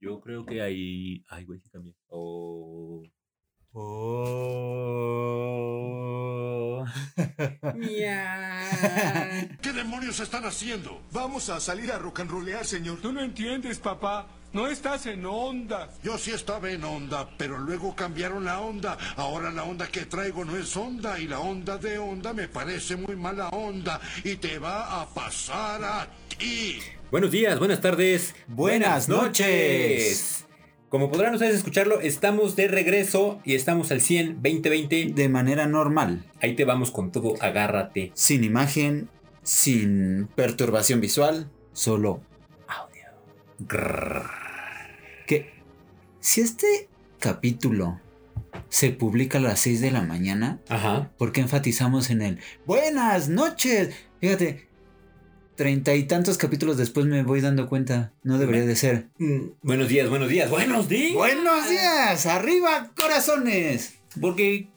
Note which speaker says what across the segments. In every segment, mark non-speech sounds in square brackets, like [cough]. Speaker 1: Yo creo que hay. Ay, güey, que cambié. O.
Speaker 2: Oh.
Speaker 3: Miau.
Speaker 4: ¿Qué demonios están haciendo?
Speaker 5: Vamos a salir a rock and rollear, señor.
Speaker 6: Tú no entiendes, papá. No estás en onda.
Speaker 4: Yo sí estaba en onda, pero luego cambiaron la onda. Ahora la onda que traigo no es onda y la onda de onda me parece muy mala onda y te va a pasar a ti.
Speaker 1: Buenos días, buenas tardes.
Speaker 2: [laughs] Buenas noches.
Speaker 1: Como podrán ustedes escucharlo, estamos de regreso y estamos al 100 2020.
Speaker 2: De manera normal,
Speaker 1: Ahí te vamos con todo, agárrate.
Speaker 2: sin imagen, sin perturbación visual, solo audio. Grrr. Que si este capítulo se publica a las 6 de la mañana,
Speaker 1: Ajá.
Speaker 2: ¿por qué enfatizamos en el buenas noches? Fíjate, treinta y tantos capítulos después me voy dando cuenta, no debería de ser.
Speaker 1: Buenos días, buenos días, buenos días.
Speaker 2: Buenos días, arriba corazones.
Speaker 1: Porque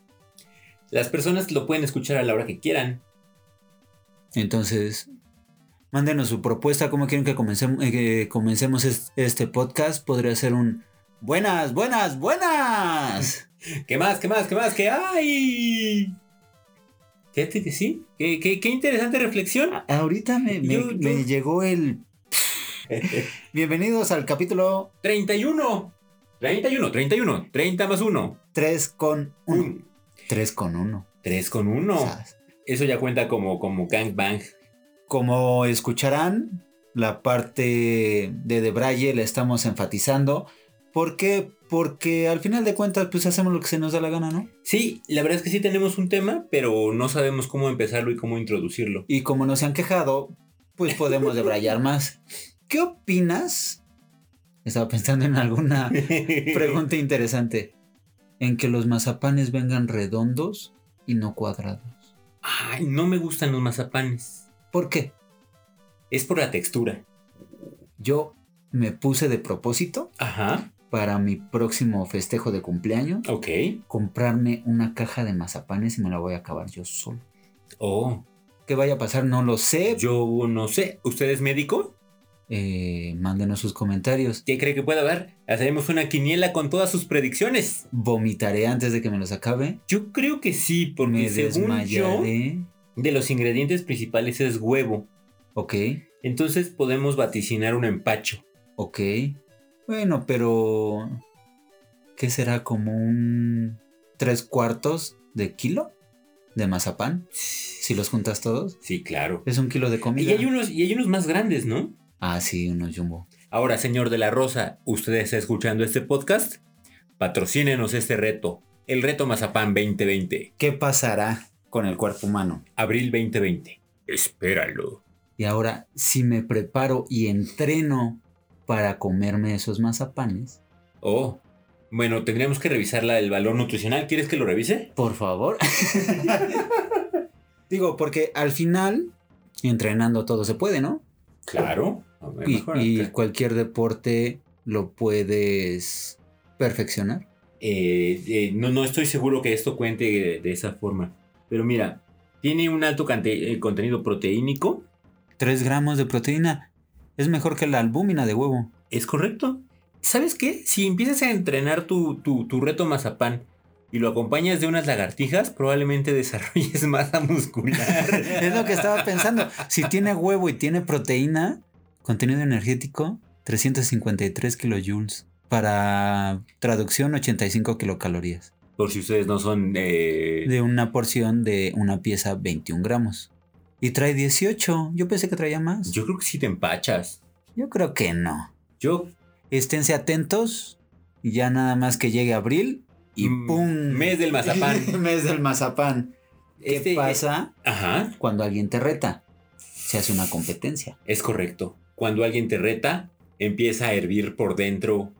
Speaker 1: las personas lo pueden escuchar a la hora que quieran.
Speaker 2: Entonces, mándenos su propuesta, cómo quieren que comencemos, eh, que comencemos es- este podcast. Podría ser un buenas, buenas, buenas.
Speaker 1: ¿Qué más, qué más, qué más? ¿Qué hay? Fíjate que sí. Qué, qué- qué interesante
Speaker 2: Ah.
Speaker 1: reflexión.
Speaker 2: [laughs] Ahorita me, me-
Speaker 1: Yo- yo-
Speaker 2: me llegó [laughs] el... Bienvenidos al capítulo
Speaker 1: 31. 31, 31. 30 más 1.
Speaker 2: 3 con 1. 3 con 1.
Speaker 1: 3 con 1. Eso ya cuenta como, como gangbang.
Speaker 2: Como escucharán, la parte de De Braille la estamos enfatizando. ¿Por qué? Porque al final de cuentas, pues hacemos lo que se nos da la gana, ¿no?
Speaker 1: Sí, la verdad es que sí tenemos un tema, pero no sabemos cómo empezarlo y cómo
Speaker 2: [laughs]
Speaker 1: introducirlo.
Speaker 2: Y como no se han quejado, pues podemos debrayar más. ¿Qué opinas? Estaba pensando
Speaker 1: [laughs]
Speaker 2: en alguna pregunta interesante. En que los mazapanes vengan redondos y no cuadrados.
Speaker 1: Ay, no me gustan los mazapanes.
Speaker 2: ¿Por qué?
Speaker 1: Es por la textura.
Speaker 2: Yo me puse de propósito
Speaker 1: Ajá.
Speaker 2: para mi próximo festejo de cumpleaños
Speaker 1: Ok.
Speaker 2: comprarme una caja de mazapanes y me la voy a acabar yo solo.
Speaker 1: Oh.
Speaker 2: ¿Qué vaya a pasar? No lo sé.
Speaker 1: Yo no sé. ¿Usted es médico?
Speaker 2: Eh, mándenos sus comentarios.
Speaker 1: ¿Qué cree que puede haber? Haremos una quiniela con todas sus predicciones.
Speaker 2: Vomitaré antes de que me los acabe.
Speaker 1: Yo creo que sí, porque
Speaker 2: me
Speaker 1: según yo,
Speaker 2: desmayaré.
Speaker 1: de los ingredientes principales es huevo.
Speaker 2: Ok,
Speaker 1: Entonces podemos vaticinar un empacho.
Speaker 2: ok. Bueno, pero... ¿Qué será como un... tres cuartos de kilo de mazapán? Si los juntas todos.
Speaker 1: Sí, claro.
Speaker 2: Es un kilo de
Speaker 1: Y
Speaker 2: comida.
Speaker 1: hay unos, y hay unos más grandes, ¿no?
Speaker 2: Ah, sí, unos jumbo.
Speaker 1: Ahora, señor de la Rosa, usted está escuchando este podcast. Patrocínenos este reto. El reto Mazapán 2020.
Speaker 2: ¿Qué pasará con el cuerpo humano?
Speaker 1: Abril 2020. Espéralo.
Speaker 2: Y ahora, si me preparo y entreno para comerme esos mazapanes,
Speaker 1: Oh. Bueno, tendríamos que revisar la del valor nutricional. ¿Quieres que lo revise?
Speaker 2: por [laughs] favor. Digo, porque al final, entrenando todo se puede, ¿no?
Speaker 1: Claro. A ver,
Speaker 2: Y,
Speaker 1: mejor
Speaker 2: y
Speaker 1: acá.
Speaker 2: cualquier deporte lo puedes perfeccionar.
Speaker 1: Eh, eh, no, no estoy seguro que esto cuente de, de esa forma. Pero mira, tiene un alto cante- eh, contenido proteínico.
Speaker 2: 3 gramos de proteína es mejor que la albúmina
Speaker 1: [laughs]
Speaker 2: de huevo.
Speaker 1: ¿Es correcto? ¿Sabes qué? Si empiezas a entrenar tu, tu, tu reto mazapán y lo acompañas de unas lagartijas, probablemente [laughs] desarrolles masa [laughs] muscular.
Speaker 2: Es lo que estaba pensando. Si tiene huevo y tiene proteína, contenido energético, 353 kilojoules. Para traducción, 85 kilocalorías.
Speaker 1: Por si ustedes no son... eh,
Speaker 2: De una porción de una pieza, 21 gramos. Y trae 18. Yo pensé que traía más.
Speaker 1: Yo creo que sí te empachas.
Speaker 2: Yo creo que no.
Speaker 1: Yo...
Speaker 2: esténse atentos. y Ya nada más que llegue abril y
Speaker 1: Mm,
Speaker 2: ¡pum!
Speaker 1: mes del mazapán.
Speaker 2: [laughs] mes del mazapán. ¿Qué
Speaker 1: Este-
Speaker 2: pasa
Speaker 1: Ajá,
Speaker 2: cuando alguien te reta? Se hace una competencia.
Speaker 1: es correcto. Cuando alguien te reta, empieza a hervir por dentro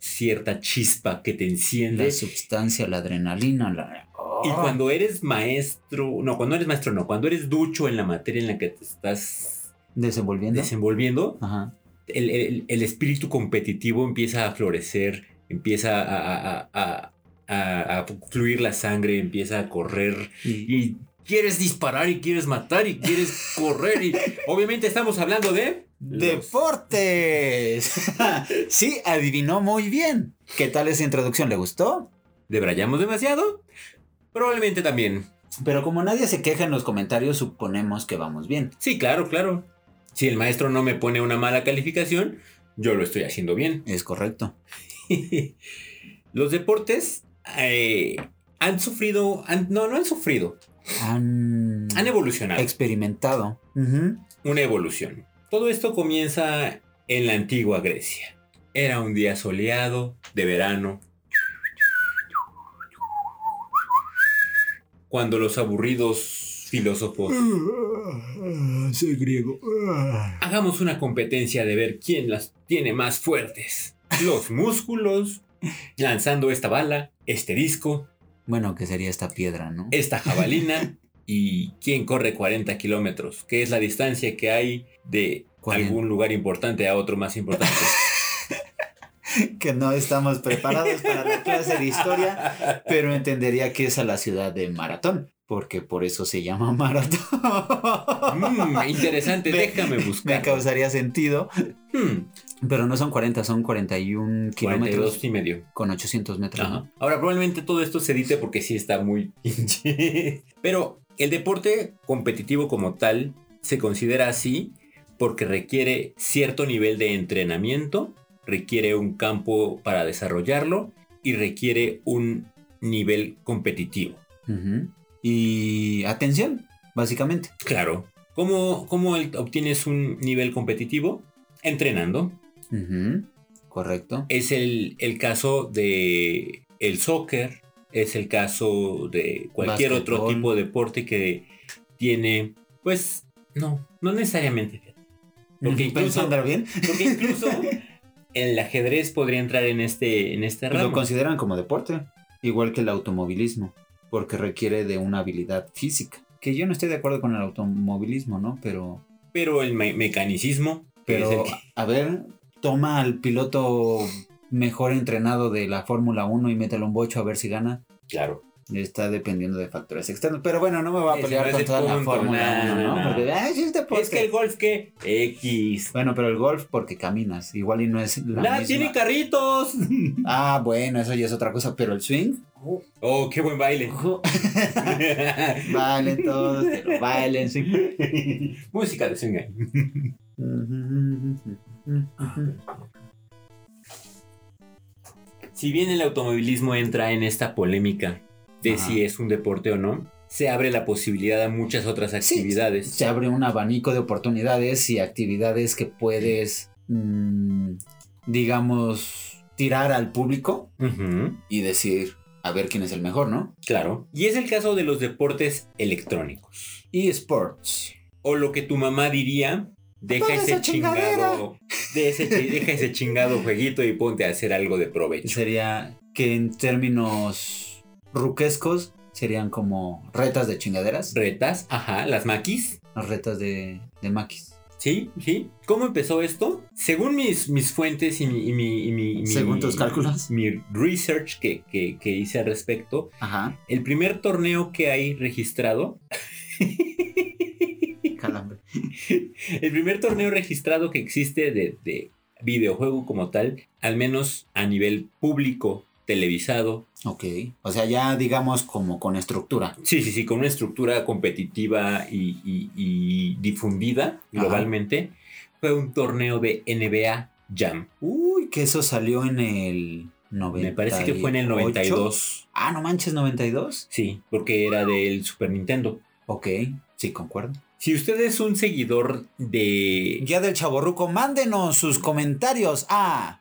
Speaker 1: cierta chispa que te enciende
Speaker 2: La sustancia, la adrenalina, la... oh,
Speaker 1: Y cuando eres maestro, no, cuando eres maestro, no, cuando eres ducho en la materia en la que te estás
Speaker 2: Desenvolviendo.
Speaker 1: desenvolviendo,
Speaker 2: Ajá.
Speaker 1: el, el- el espíritu competitivo empieza a florecer, empieza a, a- a- a- a fluir la sangre, empieza a correr
Speaker 2: Y-
Speaker 1: y quieres disparar y quieres matar y quieres correr. Y obviamente estamos hablando de Los-
Speaker 2: ¡Deportes! [laughs] sí, adivinó muy bien. ¿Qué tal esa introducción? ¿Le gustó?
Speaker 1: ¿Debrayamos demasiado? Probablemente también.
Speaker 2: Pero como nadie se queja en los comentarios, suponemos que vamos bien.
Speaker 1: Sí, claro, claro. Si el maestro no me pone una mala calificación, yo lo estoy haciendo bien. [laughs]
Speaker 2: Es correcto.
Speaker 1: Los deportes eh, han sufrido, han- no, no han sufrido,
Speaker 2: Han
Speaker 1: han evolucionado.
Speaker 2: experimentado. Ujú.
Speaker 1: una evolución. Todo esto comienza en la antigua Grecia. Era un día soleado de verano. Cuando los aburridos filósofos...
Speaker 2: [laughs] Soy griego.
Speaker 1: Hagamos una competencia de ver quién las tiene más fuertes.
Speaker 2: [laughs]
Speaker 1: Los músculos. Lanzando esta bala, este disco,
Speaker 2: Bueno, que sería esta piedra, ¿no?
Speaker 1: esta jabalina. Y quién corre 40 kilómetros, que es la distancia que hay de
Speaker 2: Cuarenta.
Speaker 1: algún lugar importante a otro más importante.
Speaker 2: Que no estamos preparados para la clase [laughs] de historia, pero entendería que es a la ciudad de Maratón, porque por eso se llama Maratón. [laughs]
Speaker 1: Mm, interesante,
Speaker 2: Me-
Speaker 1: déjame
Speaker 2: Me
Speaker 1: buscar.
Speaker 2: causaría sentido,
Speaker 1: Hmm,
Speaker 2: pero no son 40, son 41
Speaker 1: 42
Speaker 2: kilómetros
Speaker 1: y medio.
Speaker 2: con 800 metros.
Speaker 1: Ajá.
Speaker 2: ¿no?
Speaker 1: Ahora, probablemente todo esto se edite porque sí está muy [laughs] pinche. Pero el deporte competitivo como tal se considera así porque requiere cierto nivel de entrenamiento, requiere un campo para desarrollarlo y requiere un nivel competitivo.
Speaker 2: Ujú. Y atención, básicamente.
Speaker 1: Claro. ¿Cómo, cómo el- obtienes un nivel competitivo? Entrenando.
Speaker 2: Ujú, Correcto.
Speaker 1: es el, el caso de el soccer, es el caso de cualquier otro
Speaker 2: Básquetbol.
Speaker 1: tipo de deporte que tiene, pues, no, no necesariamente.
Speaker 2: [laughs]
Speaker 1: Porque
Speaker 2: Ujú,
Speaker 1: incluso-
Speaker 2: pensándolo bien,
Speaker 1: Porque incluso el ajedrez podría entrar en este, en este
Speaker 2: Pues lo
Speaker 1: ramo.
Speaker 2: consideran como deporte, igual que el automovilismo, porque requiere de una habilidad física. Que yo no estoy de acuerdo con el automovilismo, ¿no? Pero,
Speaker 1: Pero el me- mecanicismo, que es
Speaker 2: pero ah,
Speaker 1: el que-
Speaker 2: a ver, toma al piloto mejor entrenado de la Fórmula 1 y métele un bocho a ver si gana.
Speaker 1: claro.
Speaker 2: Está dependiendo de factores externos. Pero bueno, no me voy a
Speaker 1: Ese
Speaker 2: pelear
Speaker 1: no es
Speaker 2: con
Speaker 1: el
Speaker 2: toda la
Speaker 1: punto,
Speaker 2: Fórmula
Speaker 1: no,
Speaker 2: 1, ¿no?
Speaker 1: no, no.
Speaker 2: Porque, "Ay, sí es deporte".
Speaker 1: Es que el golf que X.
Speaker 2: Bueno, pero el golf porque caminas. Igual y no es la
Speaker 1: ¡La
Speaker 2: misma-
Speaker 1: tiene carritos!
Speaker 2: Ah, bueno, eso ya es otra cosa. Pero el swing...
Speaker 1: Oh, qué buen
Speaker 2: [laughs]
Speaker 1: baile. [laughs]
Speaker 2: Bailen todos,
Speaker 1: [laughs]
Speaker 2: pero bailen, sí.
Speaker 1: Música de swing. Si bien el automovilismo entra en esta polémica de
Speaker 2: Ajá.
Speaker 1: si es un deporte o no, se abre la posibilidad a muchas otras actividades.
Speaker 2: Se abre un abanico de oportunidades y actividades que puedes, mm, digamos, tirar al público
Speaker 1: Ujú,
Speaker 2: y decir, a ver quién es el mejor, ¿no?
Speaker 1: claro. Y es el caso de los deportes electrónicos.
Speaker 2: eSports.
Speaker 1: O lo que tu mamá diría, deja
Speaker 2: Apaga
Speaker 1: ese
Speaker 2: esa chingadera".
Speaker 1: chingado, de ese chi- deja ese chingado jueguito y ponte a hacer algo de provecho.
Speaker 2: Sería que en términos ruquescos serían como retas de chingaderas,
Speaker 1: Retas, ajá, las maquis.
Speaker 2: las retas de, de maquis.
Speaker 1: Sí, sí. ¿Cómo empezó esto? Según mis, mis fuentes y mi, y mi- y mi- y mi-
Speaker 2: Según tus cálculos.
Speaker 1: Mi research que, que- que hice al respecto, [laughs]
Speaker 2: Ajá,
Speaker 1: El primer torneo que hay registrado,
Speaker 2: calambre.
Speaker 1: el primer torneo registrado que existe de, de videojuego como tal, al menos a nivel público, televisado.
Speaker 2: Ok, o sea, ya digamos como con estructura.
Speaker 1: Sí, sí, sí, con una estructura competitiva y, y- y difundida globalmente, fue un torneo de NBA Jam.
Speaker 2: Uy, que eso salió en el 98.
Speaker 1: Me parece que fue en el 92.
Speaker 2: Ah, no manches, 92.
Speaker 1: Sí, porque era del Super Nintendo.
Speaker 2: Ok, sí, concuerdo.
Speaker 1: Si usted es un seguidor de...
Speaker 2: Guía del Chaborruco, mándenos sus comentarios a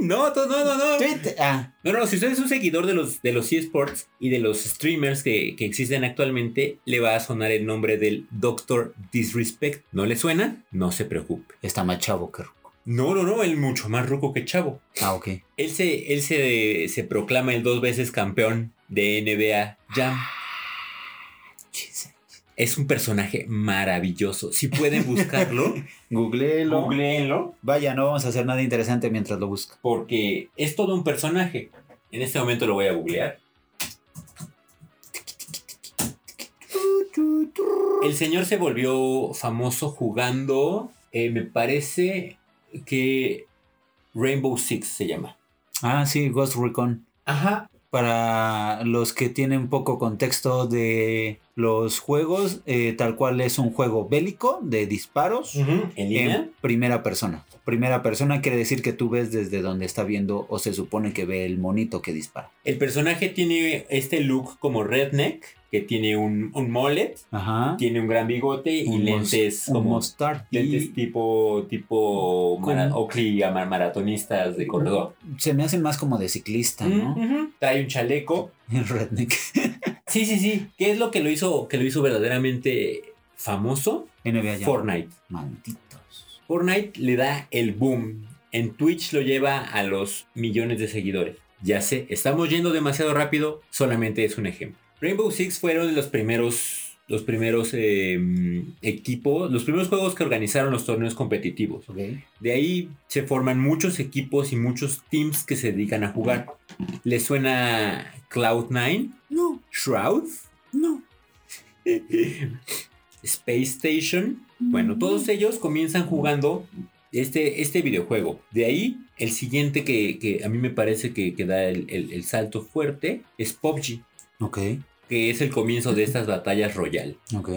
Speaker 1: No, no, no, no, no.
Speaker 2: Twitter. Ah,
Speaker 1: No, no, si usted es un seguidor de los, de los eSports y de los streamers que, que existen actualmente, le va a sonar el nombre del Doctor Disrespect. ¿No le suena? No se preocupe.
Speaker 2: está más chavo que Ruco.
Speaker 1: No, no, no, él mucho más ruco que Chavo.
Speaker 2: Ah, ok.
Speaker 1: Él se, él se, se proclama el dos veces campeón de NBA Jam.
Speaker 2: Jesus.
Speaker 1: Es un personaje maravilloso. Si pueden buscarlo, [laughs]
Speaker 2: Googlelo.
Speaker 1: googleenlo,
Speaker 2: Vaya, no vamos a hacer nada interesante mientras lo busca.
Speaker 1: porque es todo un personaje. En este momento lo voy a googlear. El señor se volvió famoso jugando Eh, me parece que Rainbow Six se llama.
Speaker 2: Ah, sí, Ghost Recon.
Speaker 1: Ajá.
Speaker 2: Para los que tienen poco contexto de los juegos, eh, tal cual es un juego bélico de disparos
Speaker 1: En línea.
Speaker 2: en primera persona. Primera persona quiere decir que tú ves desde donde está viendo o se supone que ve el monito que dispara.
Speaker 1: El personaje tiene este look como redneck, que tiene un, un mullet,
Speaker 2: Ajá.
Speaker 1: tiene un gran bigote y
Speaker 2: Un mos-
Speaker 1: lentes
Speaker 2: un
Speaker 1: como
Speaker 2: mustard y
Speaker 1: lentes tipo tipo mara-
Speaker 2: Como-
Speaker 1: Oakley ama- maratonistas de corredor.
Speaker 2: se me hacen más como de ciclista, ¿no?
Speaker 1: Ujú. Trae un chaleco.
Speaker 2: [laughs] El redneck.
Speaker 1: Sí, sí, sí. ¿Qué es lo que lo hizo que lo hizo verdaderamente famoso?
Speaker 2: NBA ya.
Speaker 1: Fortnite.
Speaker 2: Malditos.
Speaker 1: Fortnite le da el boom. En Twitch lo lleva a los millones de seguidores. Ya sé, estamos yendo demasiado rápido, solamente es un ejemplo. Rainbow Six fueron los primeros, los primeros eh, equipos, los primeros juegos que organizaron los torneos competitivos.
Speaker 2: Ok.
Speaker 1: De ahí se forman muchos equipos y muchos teams que se dedican a jugar. ¿Les suena Cloud9? No. Shroud? No. Space Station. Bueno, todos ellos comienzan jugando este, este videojuego. De ahí, el siguiente que, que a mí me parece que, que da el, el- el salto fuerte es PUBG,
Speaker 2: Ok.
Speaker 1: que es el comienzo de estas batallas royal.
Speaker 2: Ok.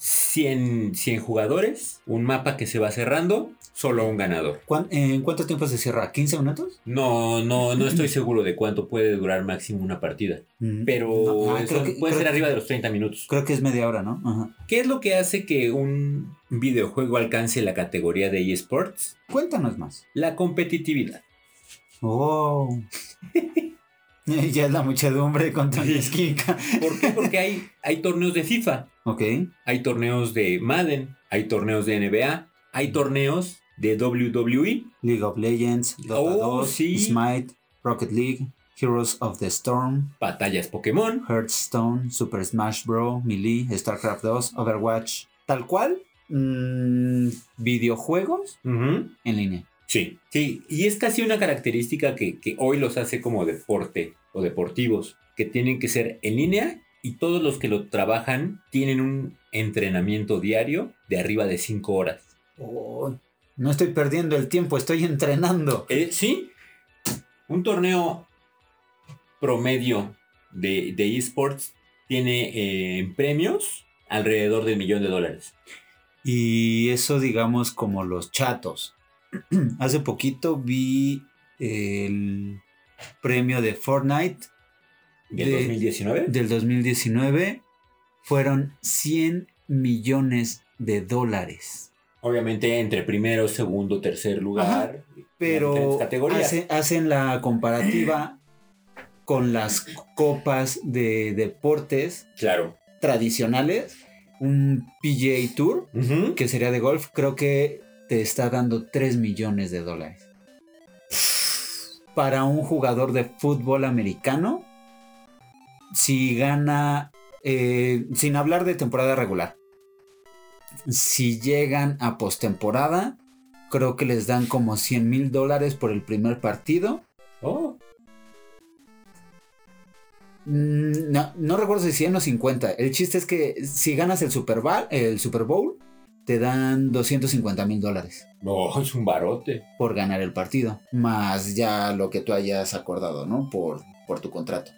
Speaker 1: 100, 100 jugadores, un mapa que se va cerrando, solo un ganador.
Speaker 2: ¿Cuán- eh, ¿En cuánto tiempo se cierra? ¿15 minutos?
Speaker 1: No, no, no estoy seguro de cuánto puede durar máximo una partida,
Speaker 2: Mm.
Speaker 1: pero
Speaker 2: No, ah,
Speaker 1: son-
Speaker 2: creo que-
Speaker 1: puede
Speaker 2: creo
Speaker 1: ser
Speaker 2: que-
Speaker 1: arriba de los 30 minutos.
Speaker 2: Creo que es media hora, ¿no? Ajá.
Speaker 1: ¿Qué es lo que hace que un videojuego alcance la categoría de eSports?
Speaker 2: Cuéntanos más.
Speaker 1: La competitividad.
Speaker 2: [laughs] Oh. ya es la muchedumbre contra el
Speaker 1: ¿Por qué? Porque hay, hay torneos de FIFA,
Speaker 2: Ok.
Speaker 1: hay torneos de Madden, hay torneos de NBA, hay torneos de E, WWE.
Speaker 2: League of Legends, Dota
Speaker 1: Oh,
Speaker 2: 2,
Speaker 1: sí.
Speaker 2: Smite, Rocket League, Heroes of the Storm,
Speaker 1: Batallas Pokémon.
Speaker 2: Hearthstone, Super Smash Bros., Melee, StarCraft 2, Overwatch. Tal cual, mm, videojuegos
Speaker 1: Ujú.
Speaker 2: en línea.
Speaker 1: Sí, sí, y es casi una característica que, que hoy los hace como deporte o deportivos, que tienen que ser en línea y todos los que lo trabajan tienen un entrenamiento diario de arriba de 5 horas.
Speaker 2: Oh, no estoy perdiendo el tiempo, estoy entrenando.
Speaker 1: Eh, sí, un torneo promedio de, de esports tiene eh, en premios alrededor del millón de dólares.
Speaker 2: Y eso, digamos, como los chatos. [clears throat] Hace poquito vi el premio de Fortnite
Speaker 1: ¿Del
Speaker 2: De-
Speaker 1: 2019?
Speaker 2: del 2019. Fueron 100 millones de dólares.
Speaker 1: Obviamente entre primero, segundo, tercer lugar.
Speaker 2: Pero
Speaker 1: diferentes categorías.
Speaker 2: hace- hacen la comparativa con las copas de deportes
Speaker 1: Claro.
Speaker 2: tradicionales. Un PGA Tour,
Speaker 1: Ujú.
Speaker 2: que sería de golf, creo que te está dando 3 millones de dólares. Para un jugador de fútbol americano, si gana, eh, sin hablar de temporada regular, si llegan a postemporada, creo que les dan como 100 mil dólares por el primer partido.
Speaker 1: Oh,
Speaker 2: Mm, No, no recuerdo si 100 o 50. El chiste es que si ganas el Super Bowl, el Super Bowl te dan 250 mil dólares.
Speaker 1: No, es un barote.
Speaker 2: por ganar el partido, más ya lo que tú hayas acordado, ¿no? Por, por tu contrato.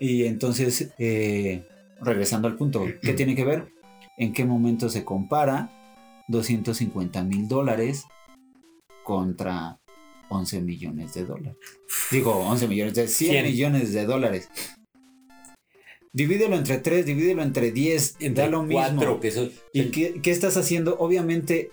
Speaker 2: Y entonces, eh, regresando al punto,
Speaker 1: [clears throat]
Speaker 2: ¿qué tiene que ver? ¿En qué momento se compara 250 mil dólares contra 11 millones de dólares? Digo, 11 millones de 100
Speaker 1: Cien.
Speaker 2: millones de dólares. Divídelo entre 3, divídelo entre 10, da lo mismo.
Speaker 1: cuatro, que son-
Speaker 2: ¿Y qué, qué estás haciendo? Obviamente,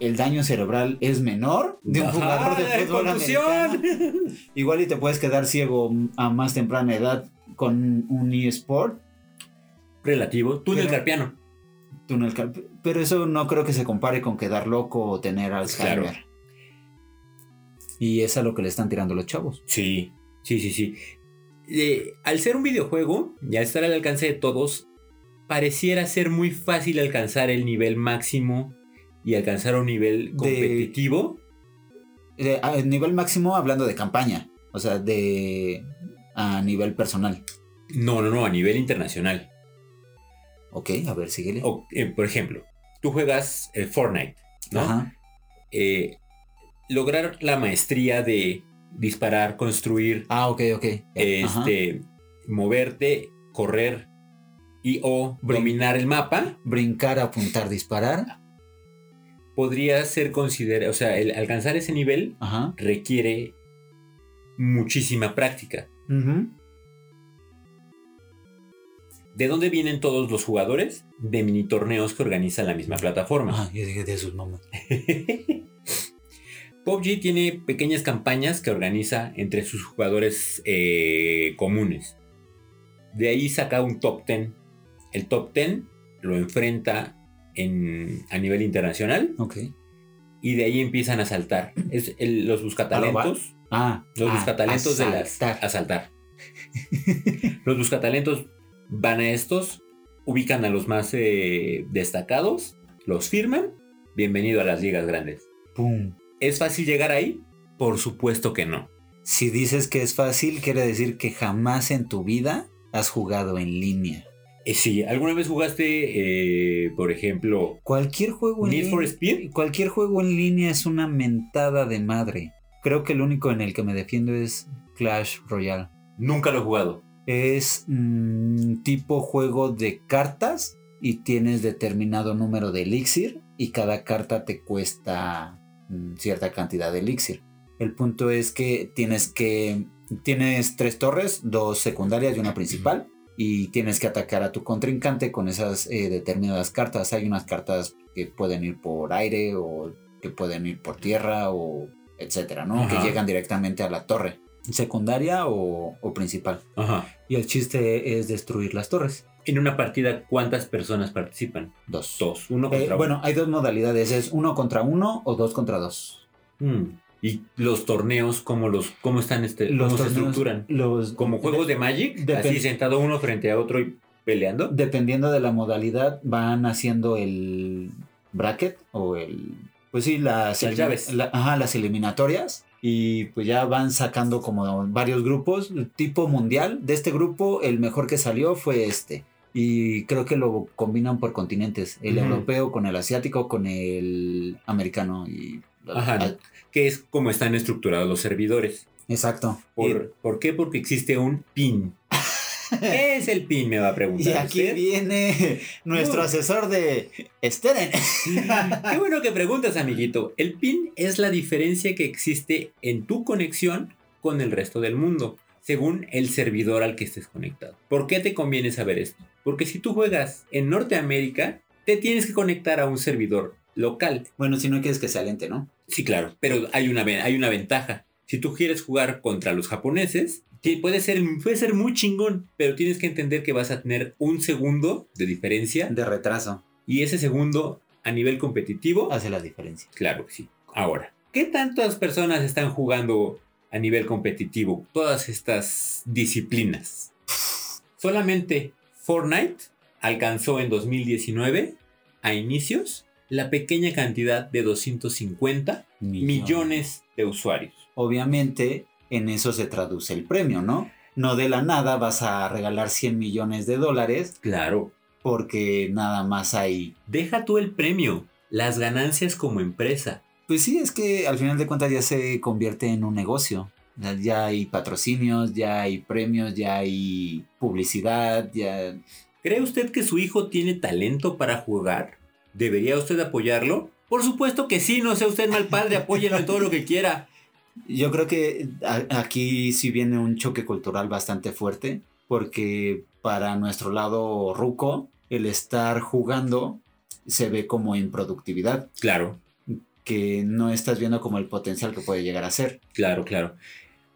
Speaker 2: el daño cerebral es menor de un
Speaker 1: Ajá,
Speaker 2: jugador de
Speaker 1: ¡eh,
Speaker 2: fútbol
Speaker 1: contusión!
Speaker 2: americano. Igual y te puedes quedar ciego a más temprana edad con un eSport.
Speaker 1: Relativo. Túnel
Speaker 2: Pero-
Speaker 1: carpiano.
Speaker 2: túnel cal- Pero eso no creo que se compare con quedar loco o tener Alzheimer.
Speaker 1: Claro.
Speaker 2: Y es a lo que le están tirando los chavos.
Speaker 1: Sí, sí, sí, sí. Eh, al ser un videojuego y al estar al alcance de todos, pareciera ser muy fácil alcanzar el nivel máximo y alcanzar un nivel competitivo.
Speaker 2: Eh, a nivel máximo, hablando de campaña. O sea, de a nivel personal.
Speaker 1: No, no, no, a nivel internacional.
Speaker 2: Ok, a ver, síguele.
Speaker 1: O, eh, por ejemplo, tú juegas eh, Fortnite, ¿no?
Speaker 2: Ajá.
Speaker 1: Eh, lograr la maestría de disparar, construir,
Speaker 2: Ah, ok, ok. Ajá.
Speaker 1: este, moverte, correr y o
Speaker 2: Brin-
Speaker 1: dominar el mapa,
Speaker 2: Brincar, apuntar, disparar.
Speaker 1: podría ser considerado, o sea, el alcanzar ese nivel
Speaker 2: Ajá.
Speaker 1: requiere muchísima práctica. ¿De dónde vienen todos los jugadores? De mini torneos que organiza la misma [laughs] plataforma.
Speaker 2: Ah, yo dije de sus mamás.
Speaker 1: PUBG tiene pequeñas campañas que organiza entre sus jugadores eh, comunes. De ahí saca un top 10. El top 10 lo enfrenta en- a nivel internacional
Speaker 2: Ok.
Speaker 1: y de ahí empiezan a saltar. Es el- los buscatalentos.
Speaker 2: Ah,
Speaker 1: Los
Speaker 2: ah,
Speaker 1: buscatalentos de las.
Speaker 2: asaltar.
Speaker 1: A saltar. [laughs] los buscatalentos van a estos, ubican a los más eh, destacados, los firman. Bienvenido a las ligas grandes.
Speaker 2: Pum.
Speaker 1: ¿Es fácil llegar ahí? Por supuesto que no.
Speaker 2: Si dices que es fácil, quiere decir que jamás en tu vida has jugado en línea.
Speaker 1: Eh, si alguna vez jugaste, eh, por ejemplo,
Speaker 2: Cualquier juego en
Speaker 1: Need for
Speaker 2: línea.
Speaker 1: Speed,
Speaker 2: Cualquier juego en línea es una mentada de madre. Creo que el único en el que me defiendo es Clash Royale.
Speaker 1: nunca lo he jugado.
Speaker 2: Es mm, tipo juego de cartas y tienes determinado número de elixir y cada carta te cuesta mm, cierta cantidad de elixir. El punto es que tienes que tienes tres torres, dos secundarias y una principal y tienes que atacar a tu contrincante con esas eh, determinadas cartas. Hay unas cartas que pueden ir por aire o que pueden ir por tierra o etcétera, ¿no?
Speaker 1: Ajá.
Speaker 2: Que llegan directamente a la torre secundaria o, o principal.
Speaker 1: Ajá.
Speaker 2: Y el chiste es destruir las torres.
Speaker 1: En una partida, ¿cuántas personas participan?
Speaker 2: Dos.
Speaker 1: Dos, uno
Speaker 2: Eh,
Speaker 1: contra uno.
Speaker 2: bueno, hay dos modalidades, es uno contra uno o dos contra dos.
Speaker 1: Mm. ¿Y los torneos cómo los cómo están este, cómo se
Speaker 2: torneos-
Speaker 1: estructuran?
Speaker 2: Los,
Speaker 1: Como juegos de, Magic,
Speaker 2: depen-
Speaker 1: así sentado uno frente a otro y peleando.
Speaker 2: dependiendo de la modalidad, van haciendo el bracket o el. Pues sí, las,
Speaker 1: Las
Speaker 2: elimi-
Speaker 1: llaves.
Speaker 2: la- ajá, las eliminatorias. Y pues ya van sacando como varios grupos, tipo mundial. De este grupo, el mejor que salió fue este. Y creo que lo combinan por continentes: el
Speaker 1: Ujú.
Speaker 2: europeo con el asiático, con el americano. Y,
Speaker 1: Ajá.
Speaker 2: Ah,
Speaker 1: que es como están estructurados los servidores.
Speaker 2: exacto.
Speaker 1: ¿Por, ¿por qué? Porque existe un
Speaker 2: [laughs]
Speaker 1: pin. ¿Qué es el pin? Me va a preguntar.
Speaker 2: Y aquí
Speaker 1: usted.
Speaker 2: viene [laughs] nuestro
Speaker 1: Uy.
Speaker 2: asesor de Steren.
Speaker 1: Qué bueno que preguntas, amiguito. El pin es la diferencia que existe en tu conexión con el resto del mundo, según el servidor al que estés conectado. ¿Por qué te conviene saber esto? Porque si tú juegas en Norteamérica, te tienes que conectar a un servidor local.
Speaker 2: Bueno, si no quieres que se alente, ¿no?
Speaker 1: Sí, claro, pero hay una, ve- hay una ventaja. Si tú quieres jugar contra los japoneses, ti- puede ser, puede ser muy chingón, pero tienes que entender que vas a tener un segundo de diferencia
Speaker 2: De retraso.
Speaker 1: y ese segundo a nivel competitivo
Speaker 2: Hace la diferencia.
Speaker 1: Claro que sí. Ahora, ¿qué tantas personas están jugando a nivel competitivo todas estas disciplinas? Solamente Fortnite alcanzó en 2019, a inicios, la pequeña cantidad de 250 millones de usuarios.
Speaker 2: Obviamente, en eso se traduce el premio, ¿no? No de la nada vas a regalar 100 millones de dólares
Speaker 1: Claro.
Speaker 2: porque nada más hay...
Speaker 1: Deja tú el premio, las ganancias como empresa.
Speaker 2: Pues sí, es que al final de cuentas ya se convierte en un negocio. O sea, Ya hay patrocinios, ya hay premios, ya hay publicidad, ya...
Speaker 1: ¿Cree usted que su hijo tiene talento para jugar? ¿Debería usted apoyarlo? Por supuesto que sí, no sea usted mal padre, apóyelo en todo lo que quiera.
Speaker 2: Yo creo que a- aquí sí viene un choque cultural bastante fuerte, porque para nuestro lado ruco, el estar jugando se ve como improductividad,
Speaker 1: [laughs] Claro,
Speaker 2: que no estás viendo como el potencial que puede llegar a ser.
Speaker 1: claro, claro.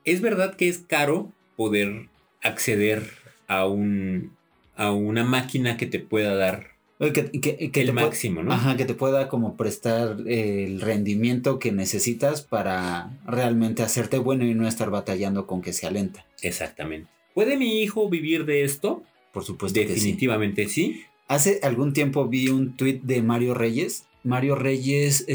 Speaker 1: Es verdad que es caro poder acceder a un a una máquina que te pueda dar
Speaker 2: Eh, Que, que- que
Speaker 1: el
Speaker 2: te pue-
Speaker 1: máximo, ¿no?
Speaker 2: Ajá, que te pueda como prestar eh, el rendimiento que necesitas para realmente hacerte bueno y no estar batallando con que se alenta.
Speaker 1: Exactamente. ¿Puede mi hijo vivir de esto?
Speaker 2: Por supuesto que sí.
Speaker 1: Definitivamente sí.
Speaker 2: Hace algún tiempo vi un tuit de Mario Reyes. Mario Reyes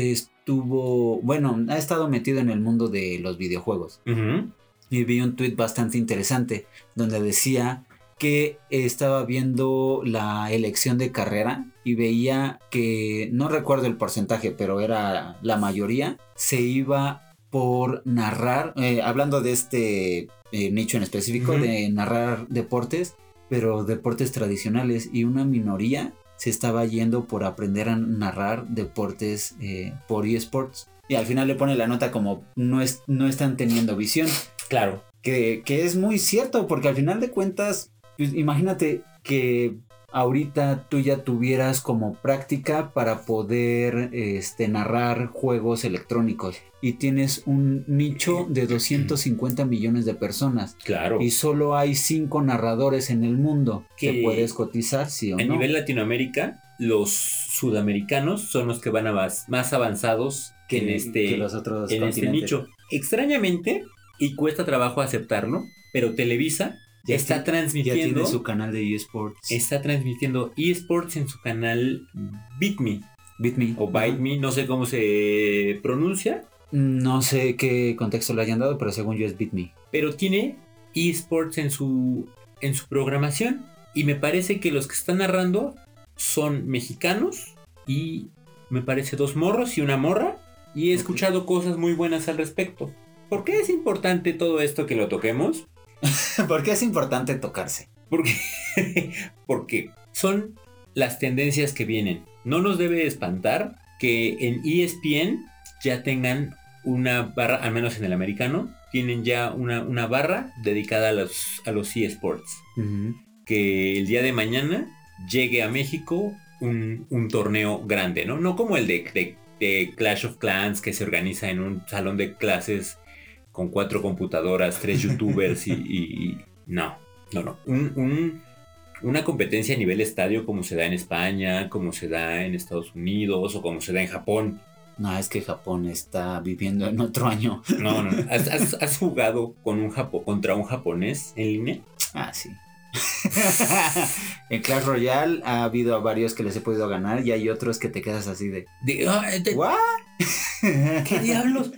Speaker 2: estuvo, bueno, ha estado metido en el mundo de los videojuegos.
Speaker 1: Ujú.
Speaker 2: Y vi un tuit bastante interesante donde decía que estaba viendo la elección de carrera y veía que, no recuerdo el porcentaje, pero era la mayoría, se iba por narrar, eh, hablando de este eh, nicho en específico,
Speaker 1: Ujú.
Speaker 2: de narrar deportes, pero deportes tradicionales, y una minoría se estaba yendo por aprender a narrar deportes eh, por eSports. Y al final le pone la nota como no, es, no están teniendo visión
Speaker 1: Claro.
Speaker 2: que, que es muy cierto, porque al final de cuentas, pues, imagínate que ahorita tú ya tuvieras como práctica para poder este, narrar juegos electrónicos y tienes un nicho de 250 millones de personas.
Speaker 1: Claro.
Speaker 2: Y solo hay cinco narradores en el mundo que
Speaker 1: Que-
Speaker 2: puedes cotizar, sí o
Speaker 1: A
Speaker 2: no.
Speaker 1: nivel Latinoamérica, los sudamericanos son los que van avas- más avanzados que en este,
Speaker 2: que los otros
Speaker 1: en este
Speaker 2: continentes.
Speaker 1: nicho. Extrañamente, y cuesta trabajo aceptarlo, pero Televisa
Speaker 2: Ya
Speaker 1: está
Speaker 2: ti- Ya
Speaker 1: transmitiendo.
Speaker 2: tiene su canal de eSports.
Speaker 1: Está transmitiendo eSports en su canal BitMe
Speaker 2: BitMe.
Speaker 1: o ByteMe, no sé cómo se pronuncia,
Speaker 2: Mm, No sé qué contexto le hayan dado, pero según yo es BitMe.
Speaker 1: pero tiene eSports en su, en su programación. Y me parece que los que están narrando son mexicanos y me parece dos morros y una morra. Y he escuchado cosas muy buenas al respecto. ¿Por qué es importante todo esto que lo toquemos?
Speaker 2: [laughs] Porque es importante tocarse.
Speaker 1: Porque, [laughs] porque son las tendencias que vienen. No nos debe espantar que en E ESPN ya tengan una barra, al menos en el americano, tienen ya una, una barra dedicada a los, a los eSports. Que el día de mañana llegue a México un, un torneo grande, ¿no? No como el de, de- de Clash of Clans que se organiza en un salón de clases con cuatro computadoras, tres youtubers y, y- y- No, no, no. Un- un- una competencia a nivel estadio como se da en España, como se da en Estados Unidos o como se da en Japón.
Speaker 2: No, es que Japón está viviendo en otro año. [laughs]
Speaker 1: No, no. no. ¿Has, has- has jugado con un japo- contra un japonés en línea?
Speaker 2: Ah, sí. [laughs] en Clash Royale ha habido a varios que les he podido ganar y hay otros que te quedas así de...
Speaker 1: De- ah, de-
Speaker 2: ¿What? [laughs]
Speaker 1: ¿Qué diablos?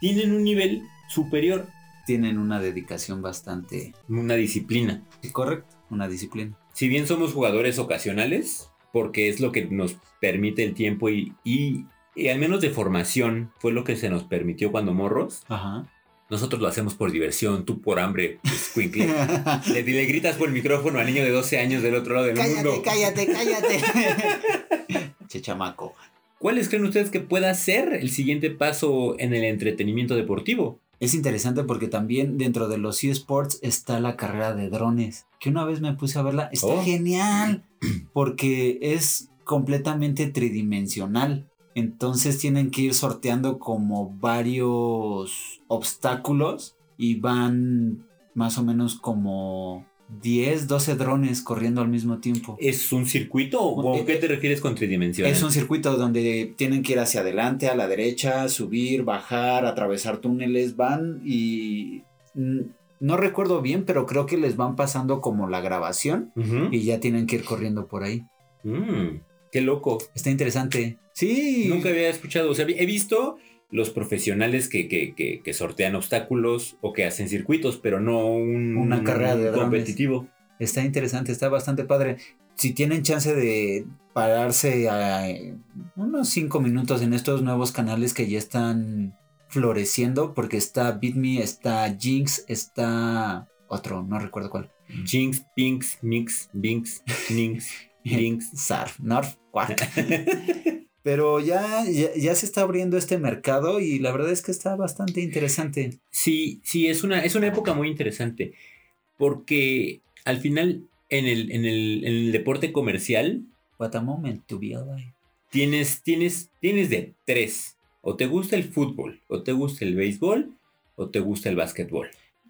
Speaker 1: Tienen un nivel superior,
Speaker 2: Tienen una dedicación bastante
Speaker 1: una disciplina.
Speaker 2: correcta, una disciplina.
Speaker 1: si bien somos jugadores ocasionales, porque es lo que nos permite el tiempo y, y- y al menos de formación fue lo que se nos permitió cuando morros,
Speaker 2: Ajá.
Speaker 1: nosotros lo hacemos por diversión, tú por hambre, escuincle.
Speaker 2: [laughs]
Speaker 1: le, le gritas por el micrófono al niño de 12 años del otro lado del mundo.
Speaker 2: cállate, cállate. [laughs] che chamaco.
Speaker 1: ¿Cuáles creen ustedes que pueda ser el siguiente paso en el entretenimiento deportivo?
Speaker 2: Es interesante porque también dentro de los eSports está la carrera de drones, que una vez me puse a verla, está
Speaker 1: Oh.
Speaker 2: genial, porque es completamente tridimensional. Entonces tienen que ir sorteando como varios obstáculos y van más o menos como 10, 12 drones corriendo al mismo tiempo.
Speaker 1: ¿Es un circuito o a qué te refieres con tridimensional?
Speaker 2: Es un circuito donde tienen que ir hacia adelante, a la derecha, subir, bajar, atravesar túneles, van y mm, no recuerdo bien, pero creo que les van pasando como la grabación
Speaker 1: Ujú.
Speaker 2: y ya tienen que ir corriendo por ahí.
Speaker 1: Mm, qué loco.
Speaker 2: Está interesante. Sí.
Speaker 1: Nunca había escuchado, o sea, he visto los profesionales que, que- que- que sortean obstáculos o que hacen circuitos, pero no un
Speaker 2: Una carrera de drones.
Speaker 1: competitivo.
Speaker 2: Está interesante, está bastante padre. Si tienen chance de pararse a eh, unos 5 minutos en estos nuevos canales que ya están floreciendo, porque está BitMe, está Jinx, está otro, no recuerdo cuál.
Speaker 1: Jinx, Pinks, Mix, Binks,
Speaker 2: [laughs]
Speaker 1: Ninx, Links.
Speaker 2: Sarf, Norf,
Speaker 1: [laughs]
Speaker 2: Quack. Pero ya, ya, ya se está abriendo este mercado y la verdad es que está bastante interesante.
Speaker 1: Sí, sí, es una, es una época muy interesante, porque al final en el, en el, en el deporte comercial
Speaker 2: What a moment to be alive.
Speaker 1: tienes, tienes, tienes de tres. O te gusta el fútbol, o te gusta el béisbol, o te gusta el básquetbol.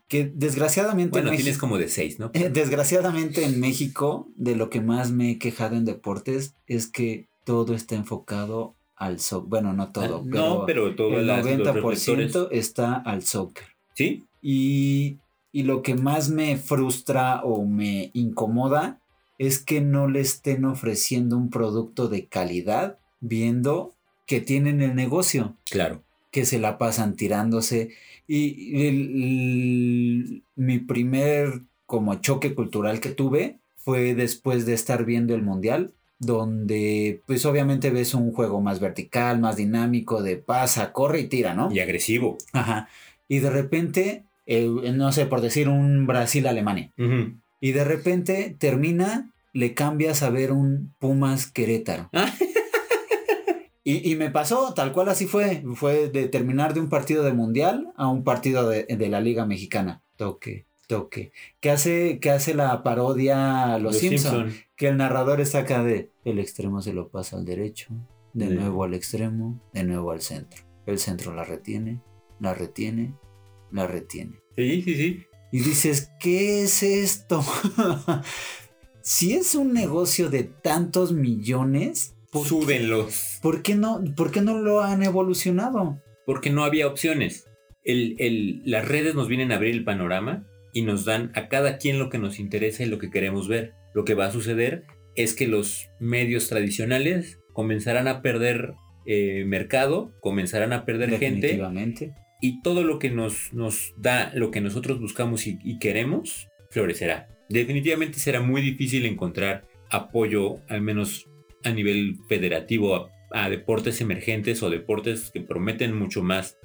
Speaker 2: Que desgraciadamente,
Speaker 1: Bueno,
Speaker 2: en
Speaker 1: tienes
Speaker 2: México-
Speaker 1: como de seis, ¿no?
Speaker 2: eh, desgraciadamente en México, de lo que más me he quejado en deportes es que todo está enfocado al soccer. Bueno, no todo,
Speaker 1: Ah, no, pero todo
Speaker 2: el
Speaker 1: las- los
Speaker 2: 90%
Speaker 1: reflectores.
Speaker 2: está al soccer.
Speaker 1: Sí,
Speaker 2: Y, y lo que más me frustra o me incomoda es que no le estén ofreciendo un producto de calidad viendo que tienen el negocio,
Speaker 1: claro.
Speaker 2: que se la pasan tirándose. Y el- el- mi primer como choque cultural que tuve fue después de estar viendo el Mundial, donde pues obviamente ves un juego más vertical, más dinámico, de pasa, corre y tira, ¿no?
Speaker 1: Y agresivo.
Speaker 2: Ajá. Y de repente, eh, no sé, por decir un Brasil-Alemania.
Speaker 1: Ujú.
Speaker 2: Y de repente termina, le cambias a ver un Pumas Querétaro. [laughs] Y, y me pasó, tal cual así fue. Fue de terminar de un partido de mundial a un partido de, de la Liga Mexicana. Toque, toque. Que hace, que hace la parodia a Los, Simpsons.
Speaker 1: Simpson.
Speaker 2: Que el narrador está acá de el extremo se lo pasa al derecho, de
Speaker 1: Sí.
Speaker 2: nuevo al extremo, de nuevo al centro. El centro la retiene, la retiene, la retiene.
Speaker 1: Sí, sí, sí.
Speaker 2: Y dices, ¿qué es esto? [laughs] si es un negocio de tantos millones, ¿por,
Speaker 1: Súbenlos.
Speaker 2: por qué no, por qué no lo han evolucionado?
Speaker 1: Porque no había opciones. El- el- las redes nos vienen a abrir el panorama y nos dan a cada quien lo que nos interesa y lo que queremos ver. Lo que va a suceder es que los medios tradicionales comenzarán a perder eh, mercado, comenzarán a perder gente
Speaker 2: Definitivamente. [laughs]
Speaker 1: y todo lo que nos, nos da, lo que nosotros buscamos y, y queremos, florecerá. Definitivamente será muy difícil encontrar apoyo, al menos a nivel federativo, a, a deportes emergentes o deportes que prometen mucho más.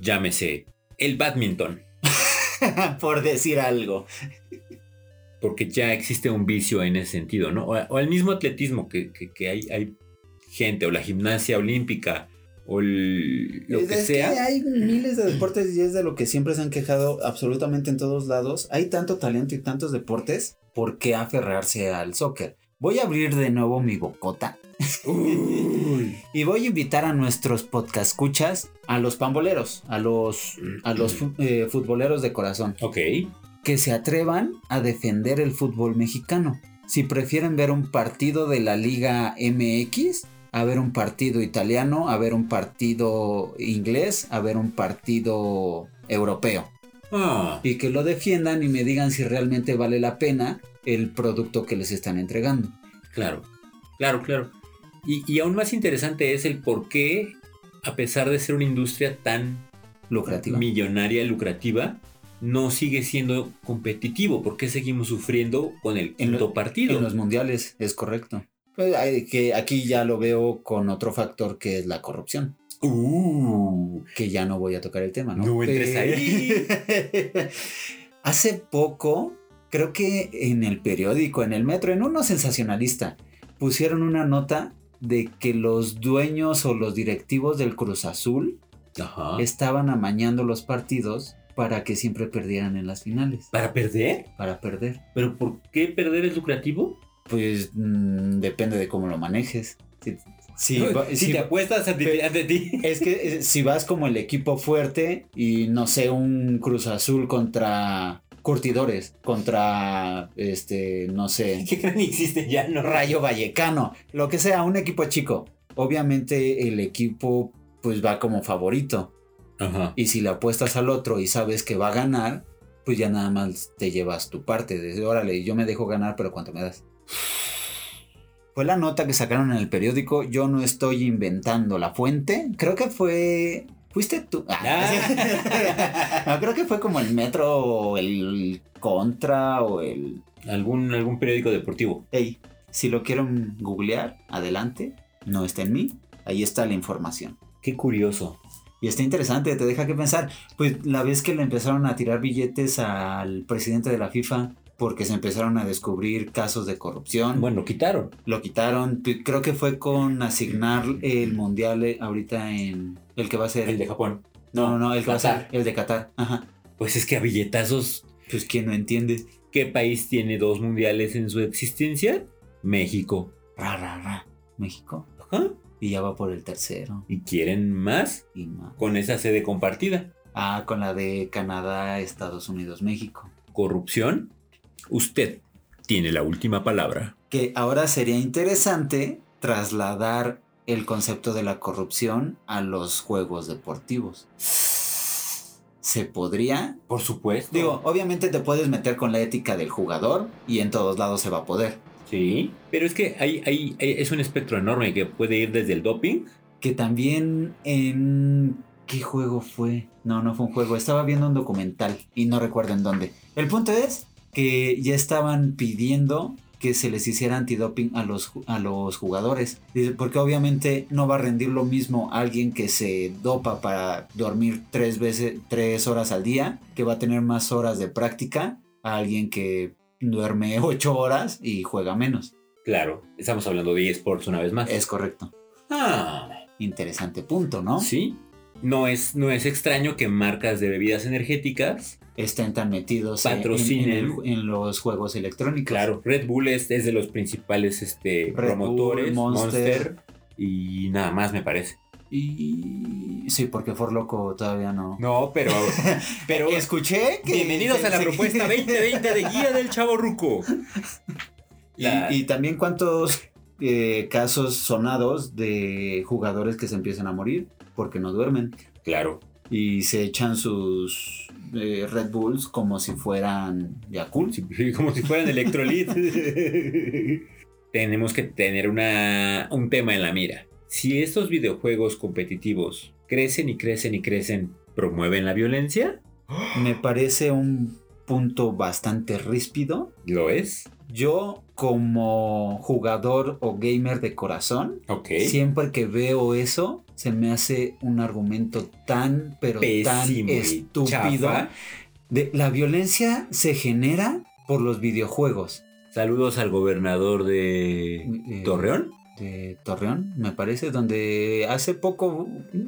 Speaker 1: Llámese el badminton,
Speaker 2: por decir algo.
Speaker 1: porque ya existe un vicio en ese sentido, ¿no? O, o el mismo atletismo que, que- que hay, hay gente, o la gimnasia olímpica, o el- lo que
Speaker 2: es
Speaker 1: sea.
Speaker 2: que hay miles de deportes y es de lo que siempre se han quejado absolutamente en todos lados. Hay tanto talento y tantos deportes. ¿Por qué aferrarse al soccer? Voy a abrir de nuevo mi bocota y voy a invitar a nuestros podcast escuchas, a los pamboleros, a los, a los fu- eh, futboleros de corazón,
Speaker 1: Ok.
Speaker 2: que se atrevan a defender el fútbol mexicano. Si prefieren ver un partido de la Liga MX, a ver un partido italiano, a ver un partido inglés, a ver un partido europeo.
Speaker 1: Ah,
Speaker 2: Y que lo defiendan y me digan si realmente vale la pena el producto que les están entregando.
Speaker 1: Claro, claro, claro. Y, y aún más interesante es el por qué, a pesar de ser una industria tan
Speaker 2: Lucrativo.
Speaker 1: millonaria, lucrativa, no sigue siendo competitivo. ¿Por qué seguimos sufriendo con el
Speaker 2: En lo-
Speaker 1: quinto partido?
Speaker 2: En los mundiales, es correcto. Pues, ay, que aquí ya lo veo con otro factor que es la corrupción.
Speaker 1: Uh,
Speaker 2: Que ya no voy a tocar el tema, ¿no?
Speaker 1: No entres
Speaker 2: ahí. [laughs] Hace poco, creo que en el periódico, en el metro, en uno sensacionalista, pusieron una nota de que los dueños o los directivos del Cruz Azul
Speaker 1: ajá.
Speaker 2: estaban amañando los partidos para que siempre perdieran en las finales,
Speaker 1: ¿Para perder?
Speaker 2: para perder.
Speaker 1: ¿Pero por qué perder es lucrativo?
Speaker 2: Pues mm, depende de cómo lo manejes. Si, si
Speaker 1: No,
Speaker 2: va-
Speaker 1: si,
Speaker 2: si-
Speaker 1: te apuestas ante, ti-
Speaker 2: Pe-
Speaker 1: ante ti. [laughs]
Speaker 2: es que eh, si vas como el equipo fuerte y no sé, un Cruz Azul contra Curtidores, contra este, no sé,
Speaker 1: ¿Qué creen existe ya? No rayo.
Speaker 2: Rayo Vallecano, lo que sea, un equipo chico. Obviamente el equipo pues va como favorito
Speaker 1: Ajá.
Speaker 2: y si le apuestas al otro y sabes que va a ganar, pues ya nada más te llevas tu parte. De, Órale, yo me dejo ganar, pero ¿cuánto me das? [sighs] Fue la nota que sacaron en el periódico. Yo no estoy inventando la fuente. Creo que fue. Fuiste tú. [laughs] Ah, no, creo que fue como el Metro o el Contra o el.
Speaker 1: Algún, algún periódico deportivo.
Speaker 2: Hey, si lo quieren googlear, adelante. No está en mí. Ahí está la información.
Speaker 1: Qué curioso.
Speaker 2: Y está interesante, te deja que pensar. Pues la vez que le empezaron a tirar billetes al presidente de la FIFA porque se empezaron a descubrir casos de corrupción,
Speaker 1: Bueno, lo quitaron.
Speaker 2: lo quitaron. P- Creo que fue con asignar el mundial eh, ahorita en el que va a ser.
Speaker 1: El de Japón.
Speaker 2: no, no, no, el que va a ser
Speaker 1: Qatar.
Speaker 2: el de Qatar. Ajá.
Speaker 1: Pues es que a billetazos
Speaker 2: Pues quien no entiende.
Speaker 1: ¿Qué país tiene dos mundiales en su existencia? México.
Speaker 2: Ra, ra, ra. México.
Speaker 1: Ajá.
Speaker 2: Y ya va por el tercero.
Speaker 1: ¿Y quieren más?
Speaker 2: Y más.
Speaker 1: Con esa sede compartida.
Speaker 2: Ah, con la de Canadá, Estados Unidos, México.
Speaker 1: ¿Corrupción? Usted tiene la última palabra.
Speaker 2: que ahora sería interesante trasladar el concepto de la corrupción a los juegos deportivos. Se podría,
Speaker 1: Por supuesto.
Speaker 2: digo, obviamente te puedes meter con la ética del jugador y en todos lados se va a poder.
Speaker 1: Sí. Pero es que ahí, ahí, ahí es un espectro enorme que puede ir desde el doping.
Speaker 2: Que también en... ¿Qué juego fue? No, no fue un juego, estaba viendo un documental y no recuerdo en dónde. El punto es que ya estaban pidiendo que se les hiciera antidoping a los, ju- a los jugadores. Dice, porque obviamente no va a rendir lo mismo alguien que se dopa para dormir tres veces, tres horas al día, que va a tener más horas de práctica, a alguien que duerme [laughs] ocho horas y juega menos.
Speaker 1: Claro, estamos hablando de eSports una vez más.
Speaker 2: Es correcto.
Speaker 1: Ah,
Speaker 2: Interesante punto, ¿no?
Speaker 1: sí. No es, no es extraño que marcas de bebidas energéticas
Speaker 2: Estén tan metidos en- en-
Speaker 1: Patrocinen.
Speaker 2: en, el- en los juegos electrónicos.
Speaker 1: Claro, Red Bull es, es de los principales este,
Speaker 2: Red
Speaker 1: promotores,
Speaker 2: Bull,
Speaker 1: Monster.
Speaker 2: Monster.
Speaker 1: y nada más me parece.
Speaker 2: Y sí, porque For Loco todavía no.
Speaker 1: No,
Speaker 2: [laughs]
Speaker 1: pero... pero
Speaker 2: Escuché que.
Speaker 1: bienvenidos a la
Speaker 2: [laughs]
Speaker 1: propuesta 2020 de Guía del Chavo Ruco.
Speaker 2: Y, y también cuántos eh, casos sonados de jugadores que se empiezan a morir porque no duermen
Speaker 1: claro,
Speaker 2: y se echan sus eh, Red Bulls como si fueran Yakult.
Speaker 1: si- [laughs] como si fueran electrolit. [laughs] Tenemos que tener una, un tema en la mira. Si estos videojuegos competitivos crecen y crecen y crecen, ¿promueven la violencia?
Speaker 2: Me parece un punto bastante ríspido.
Speaker 1: ¿Lo es?
Speaker 2: Yo como jugador o gamer de corazón,
Speaker 1: Ok.
Speaker 2: siempre que veo eso, se me hace un argumento tan, pero
Speaker 1: Pésimo
Speaker 2: tan
Speaker 1: y
Speaker 2: estúpido.
Speaker 1: chafa.
Speaker 2: De, la violencia se genera por los videojuegos.
Speaker 1: Saludos al gobernador de
Speaker 2: Eh,
Speaker 1: Torreón.
Speaker 2: De Torreón, me parece, donde hace poco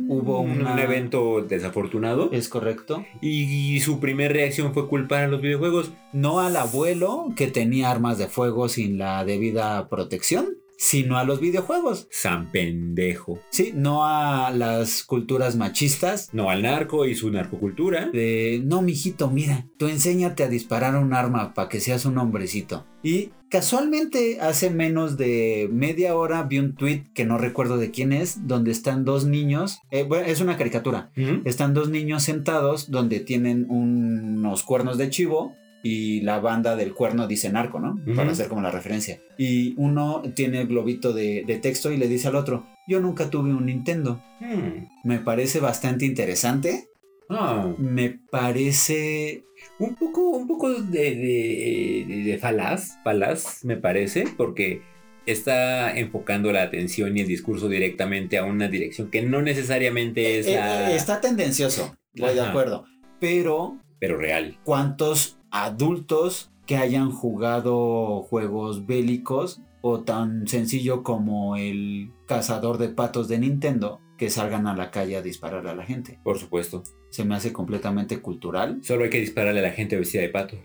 Speaker 2: hubo
Speaker 1: un,
Speaker 2: una-
Speaker 1: evento desafortunado
Speaker 2: Es correcto.
Speaker 1: y, su primera reacción fue culpar a los videojuegos.
Speaker 2: No al abuelo que tenía armas de fuego sin la debida protección, sino a los videojuegos.
Speaker 1: San pendejo.
Speaker 2: Sí, no a las culturas machistas.
Speaker 1: No al narco y su narcocultura.
Speaker 2: De, no, mijito, mira, tú enséñate a disparar un arma para que seas un hombrecito. Y casualmente hace menos de media hora vi un tweet que no recuerdo de quién es, donde están dos niños, eh, bueno, es una caricatura,
Speaker 1: Ujú.
Speaker 2: están dos niños sentados donde tienen unos cuernos de chivo y la banda del cuerno dice narco, ¿no?
Speaker 1: Ujú.
Speaker 2: Para hacer como la referencia. Y uno tiene el globito de, de texto y le dice al otro, yo nunca tuve un Nintendo.
Speaker 1: Hmm.
Speaker 2: Me parece bastante interesante.
Speaker 1: Ah,
Speaker 2: Me parece
Speaker 1: un poco, un poco de, de- de- de falaz, falaz, me parece, porque está enfocando la atención y el discurso directamente a una dirección que no necesariamente es
Speaker 2: Eh,
Speaker 1: la...
Speaker 2: eh, está tendencioso, voy de
Speaker 1: Ajá.
Speaker 2: acuerdo. Pero,
Speaker 1: Pero real.
Speaker 2: ¿cuántos adultos que hayan jugado juegos bélicos o tan sencillo como el cazador de patos de Nintendo que salgan a la calle a disparar a la gente?
Speaker 1: Por supuesto.
Speaker 2: Se me hace completamente cultural,
Speaker 1: Solo hay que dispararle a la gente vestida de pato.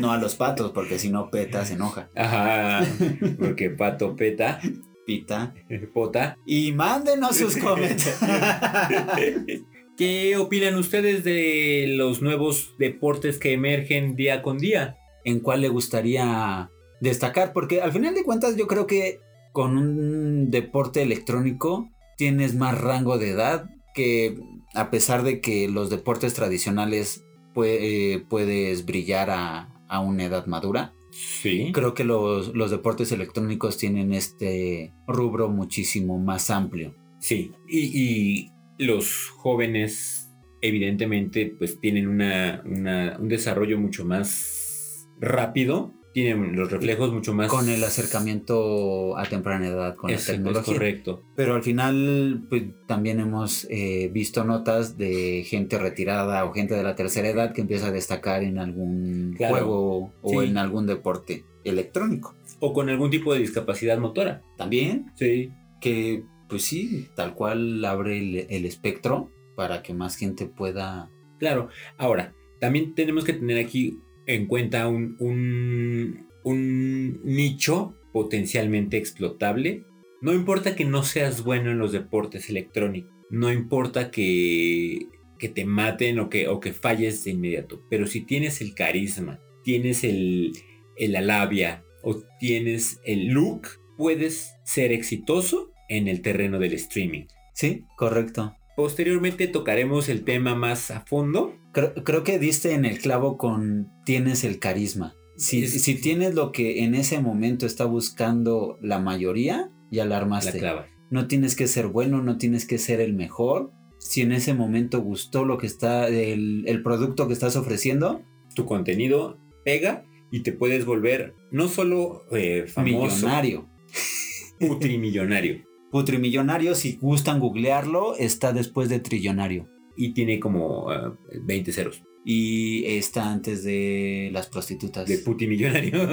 Speaker 2: no a los patos, porque si no peta, se enoja,
Speaker 1: Ajá, porque pato peta,
Speaker 2: pita.
Speaker 1: pota.
Speaker 2: Y
Speaker 1: [laughs]
Speaker 2: mándenos sus comentarios.
Speaker 1: ¿Qué opinan ustedes de los nuevos deportes que emergen día con día?
Speaker 2: en cuál le gustaría destacar, porque al final de cuentas yo creo que con un deporte electrónico tienes más rango de edad que a pesar de que los deportes tradicionales pue- eh, puedes brillar a, a una edad madura.
Speaker 1: Sí.
Speaker 2: Creo que los, los deportes electrónicos tienen este rubro muchísimo más amplio.
Speaker 1: Sí. Y, y los jóvenes, evidentemente, pues tienen una, una- un desarrollo mucho más rápido, tienen los reflejos mucho más...
Speaker 2: Con el acercamiento a temprana edad con
Speaker 1: Es-
Speaker 2: la
Speaker 1: es
Speaker 2: tecnología.
Speaker 1: correcto.
Speaker 2: Pero al final, pues también hemos eh, visto notas de gente retirada o gente de la tercera edad que empieza a destacar en algún
Speaker 1: Claro.
Speaker 2: juego o
Speaker 1: Sí.
Speaker 2: en algún deporte electrónico.
Speaker 1: O con algún tipo de discapacidad motora.
Speaker 2: También
Speaker 1: Sí.
Speaker 2: que, pues sí, tal cual abre el, el espectro para que más gente pueda...
Speaker 1: Claro. Ahora, también tenemos que tener aquí en cuenta un, un- un nicho potencialmente explotable. No importa que no seas bueno en los deportes electrónicos. No importa que, que te maten o que, o que falles de inmediato. Pero si tienes el carisma, tienes el, el- la labia o tienes el look, puedes ser exitoso en el terreno del streaming.
Speaker 2: Sí, correcto.
Speaker 1: Posteriormente tocaremos el tema más a fondo.
Speaker 2: Creo, creo que diste en el clavo con tienes el carisma. Si,
Speaker 1: Es-
Speaker 2: si tienes lo que en ese momento está buscando la mayoría, ya la
Speaker 1: La
Speaker 2: armaste.
Speaker 1: clava.
Speaker 2: No tienes que ser bueno, no tienes que ser el mejor. Si en ese momento gustó lo que está, el, el producto que estás ofreciendo,
Speaker 1: tu contenido pega y te puedes volver no solo eh, famoso,
Speaker 2: Millonario.
Speaker 1: putrimillonario.
Speaker 2: Putrimillonario, si gustan googlearlo, está después de trillonario.
Speaker 1: Y tiene como eh, 20 ceros
Speaker 2: Y está antes de las prostitutas.
Speaker 1: de putimillonario.
Speaker 2: [laughs]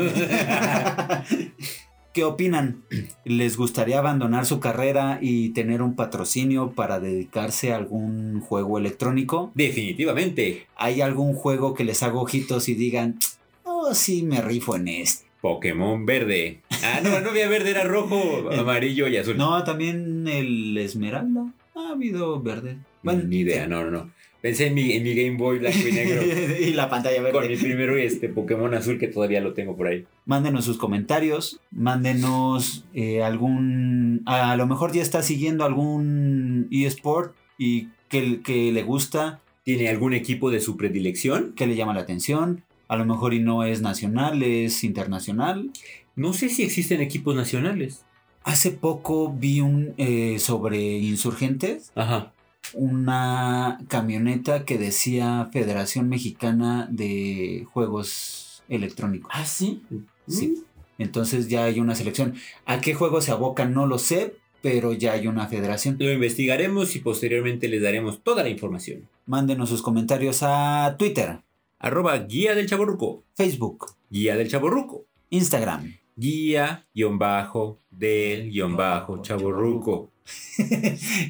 Speaker 2: ¿Qué opinan? ¿Les gustaría abandonar su carrera y tener un patrocinio para dedicarse a algún juego electrónico?
Speaker 1: Definitivamente,
Speaker 2: ¿Hay algún juego que les haga ojitos y digan, oh, sí, me rifo en este?
Speaker 1: Pokémon verde. Ah, no, no había verde, era rojo, amarillo y azul.
Speaker 2: No, también el Esmeralda. Ha habido verde.
Speaker 1: Ni
Speaker 2: [laughs]
Speaker 1: idea, no, no, no. Pensé en mi, en mi Game Boy blanco y negro.
Speaker 2: y la pantalla verde.
Speaker 1: con mi primero este Pokémon azul que todavía lo tengo por ahí.
Speaker 2: Mándenos sus comentarios, mándenos eh, algún... A lo mejor ya está siguiendo algún eSport y que, que le gusta,
Speaker 1: ¿Tiene algún equipo de su predilección?
Speaker 2: que le llama la atención. A lo mejor y no es nacional, es internacional.
Speaker 1: No sé si existen equipos nacionales.
Speaker 2: Hace poco vi un eh, sobre insurgentes,
Speaker 1: Ajá.
Speaker 2: una camioneta que decía Federación Mexicana de Juegos Electrónicos.
Speaker 1: Ah, sí. Mm.
Speaker 2: Sí. Entonces ya hay una selección. ¿A qué juego se aboca? No lo sé, pero ya hay una federación.
Speaker 1: Lo investigaremos y posteriormente les daremos toda la información.
Speaker 2: Mándenos sus comentarios a Twitter,
Speaker 1: Arroba guía del chaborruco.
Speaker 2: Facebook,
Speaker 1: Guía del chaborruco.
Speaker 2: Instagram.
Speaker 1: Guía guión bajo del guión bajo chaborruco.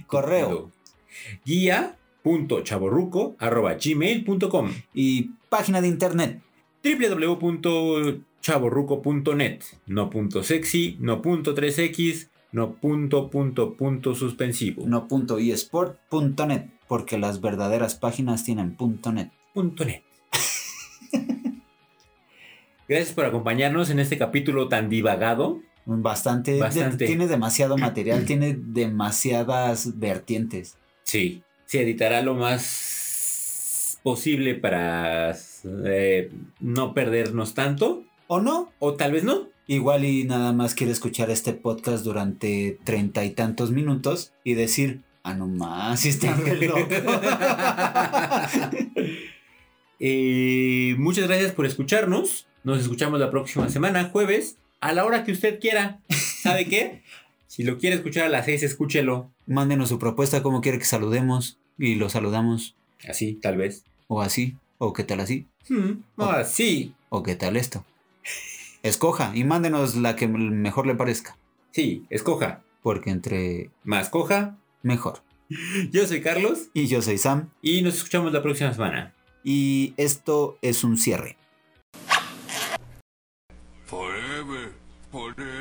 Speaker 2: Correo
Speaker 1: Guía punto chaborruco arroba gmail.com
Speaker 2: y página de internet.
Speaker 1: www.chaborruco.net no punto sexy, no punto 3x, no punto punto punto suspensivo.
Speaker 2: No punto eSport, punto net, porque las verdaderas páginas tienen punto net.
Speaker 1: punto net. [laughs] Gracias por acompañarnos en este capítulo tan divagado.
Speaker 2: Bastante, de-
Speaker 1: Bastante.
Speaker 2: tiene
Speaker 1: [clears throat]
Speaker 2: demasiado material, tiene demasiadas vertientes.
Speaker 1: Sí. Se editará lo más posible para eh, no perdernos tanto.
Speaker 2: ¿O no?
Speaker 1: O tal vez
Speaker 2: [laughs]
Speaker 1: no.
Speaker 2: Igual y nada más quiere escuchar este podcast durante treinta y tantos minutos y decir, ah, no más, sí está re loco.
Speaker 1: [laughs] Eh, muchas gracias por escucharnos. Nos escuchamos la próxima semana, jueves, a la hora que usted quiera. ¿Sabe
Speaker 2: [laughs]
Speaker 1: qué? Si lo quiere escuchar a las seis, escúchelo.
Speaker 2: Mándenos su propuesta, cómo quiere que saludemos y lo saludamos,
Speaker 1: Así, tal vez.
Speaker 2: o así, o qué tal así,
Speaker 1: Hmm, así.
Speaker 2: o qué tal esto. Escoja y mándenos la que mejor le parezca,
Speaker 1: Sí, escoja.
Speaker 2: porque entre
Speaker 1: Más coja.
Speaker 2: mejor.
Speaker 1: Yo soy Carlos.
Speaker 2: Y yo soy Sam,
Speaker 1: Y nos escuchamos la próxima semana.
Speaker 2: y esto es un cierre.
Speaker 5: Forever, forever.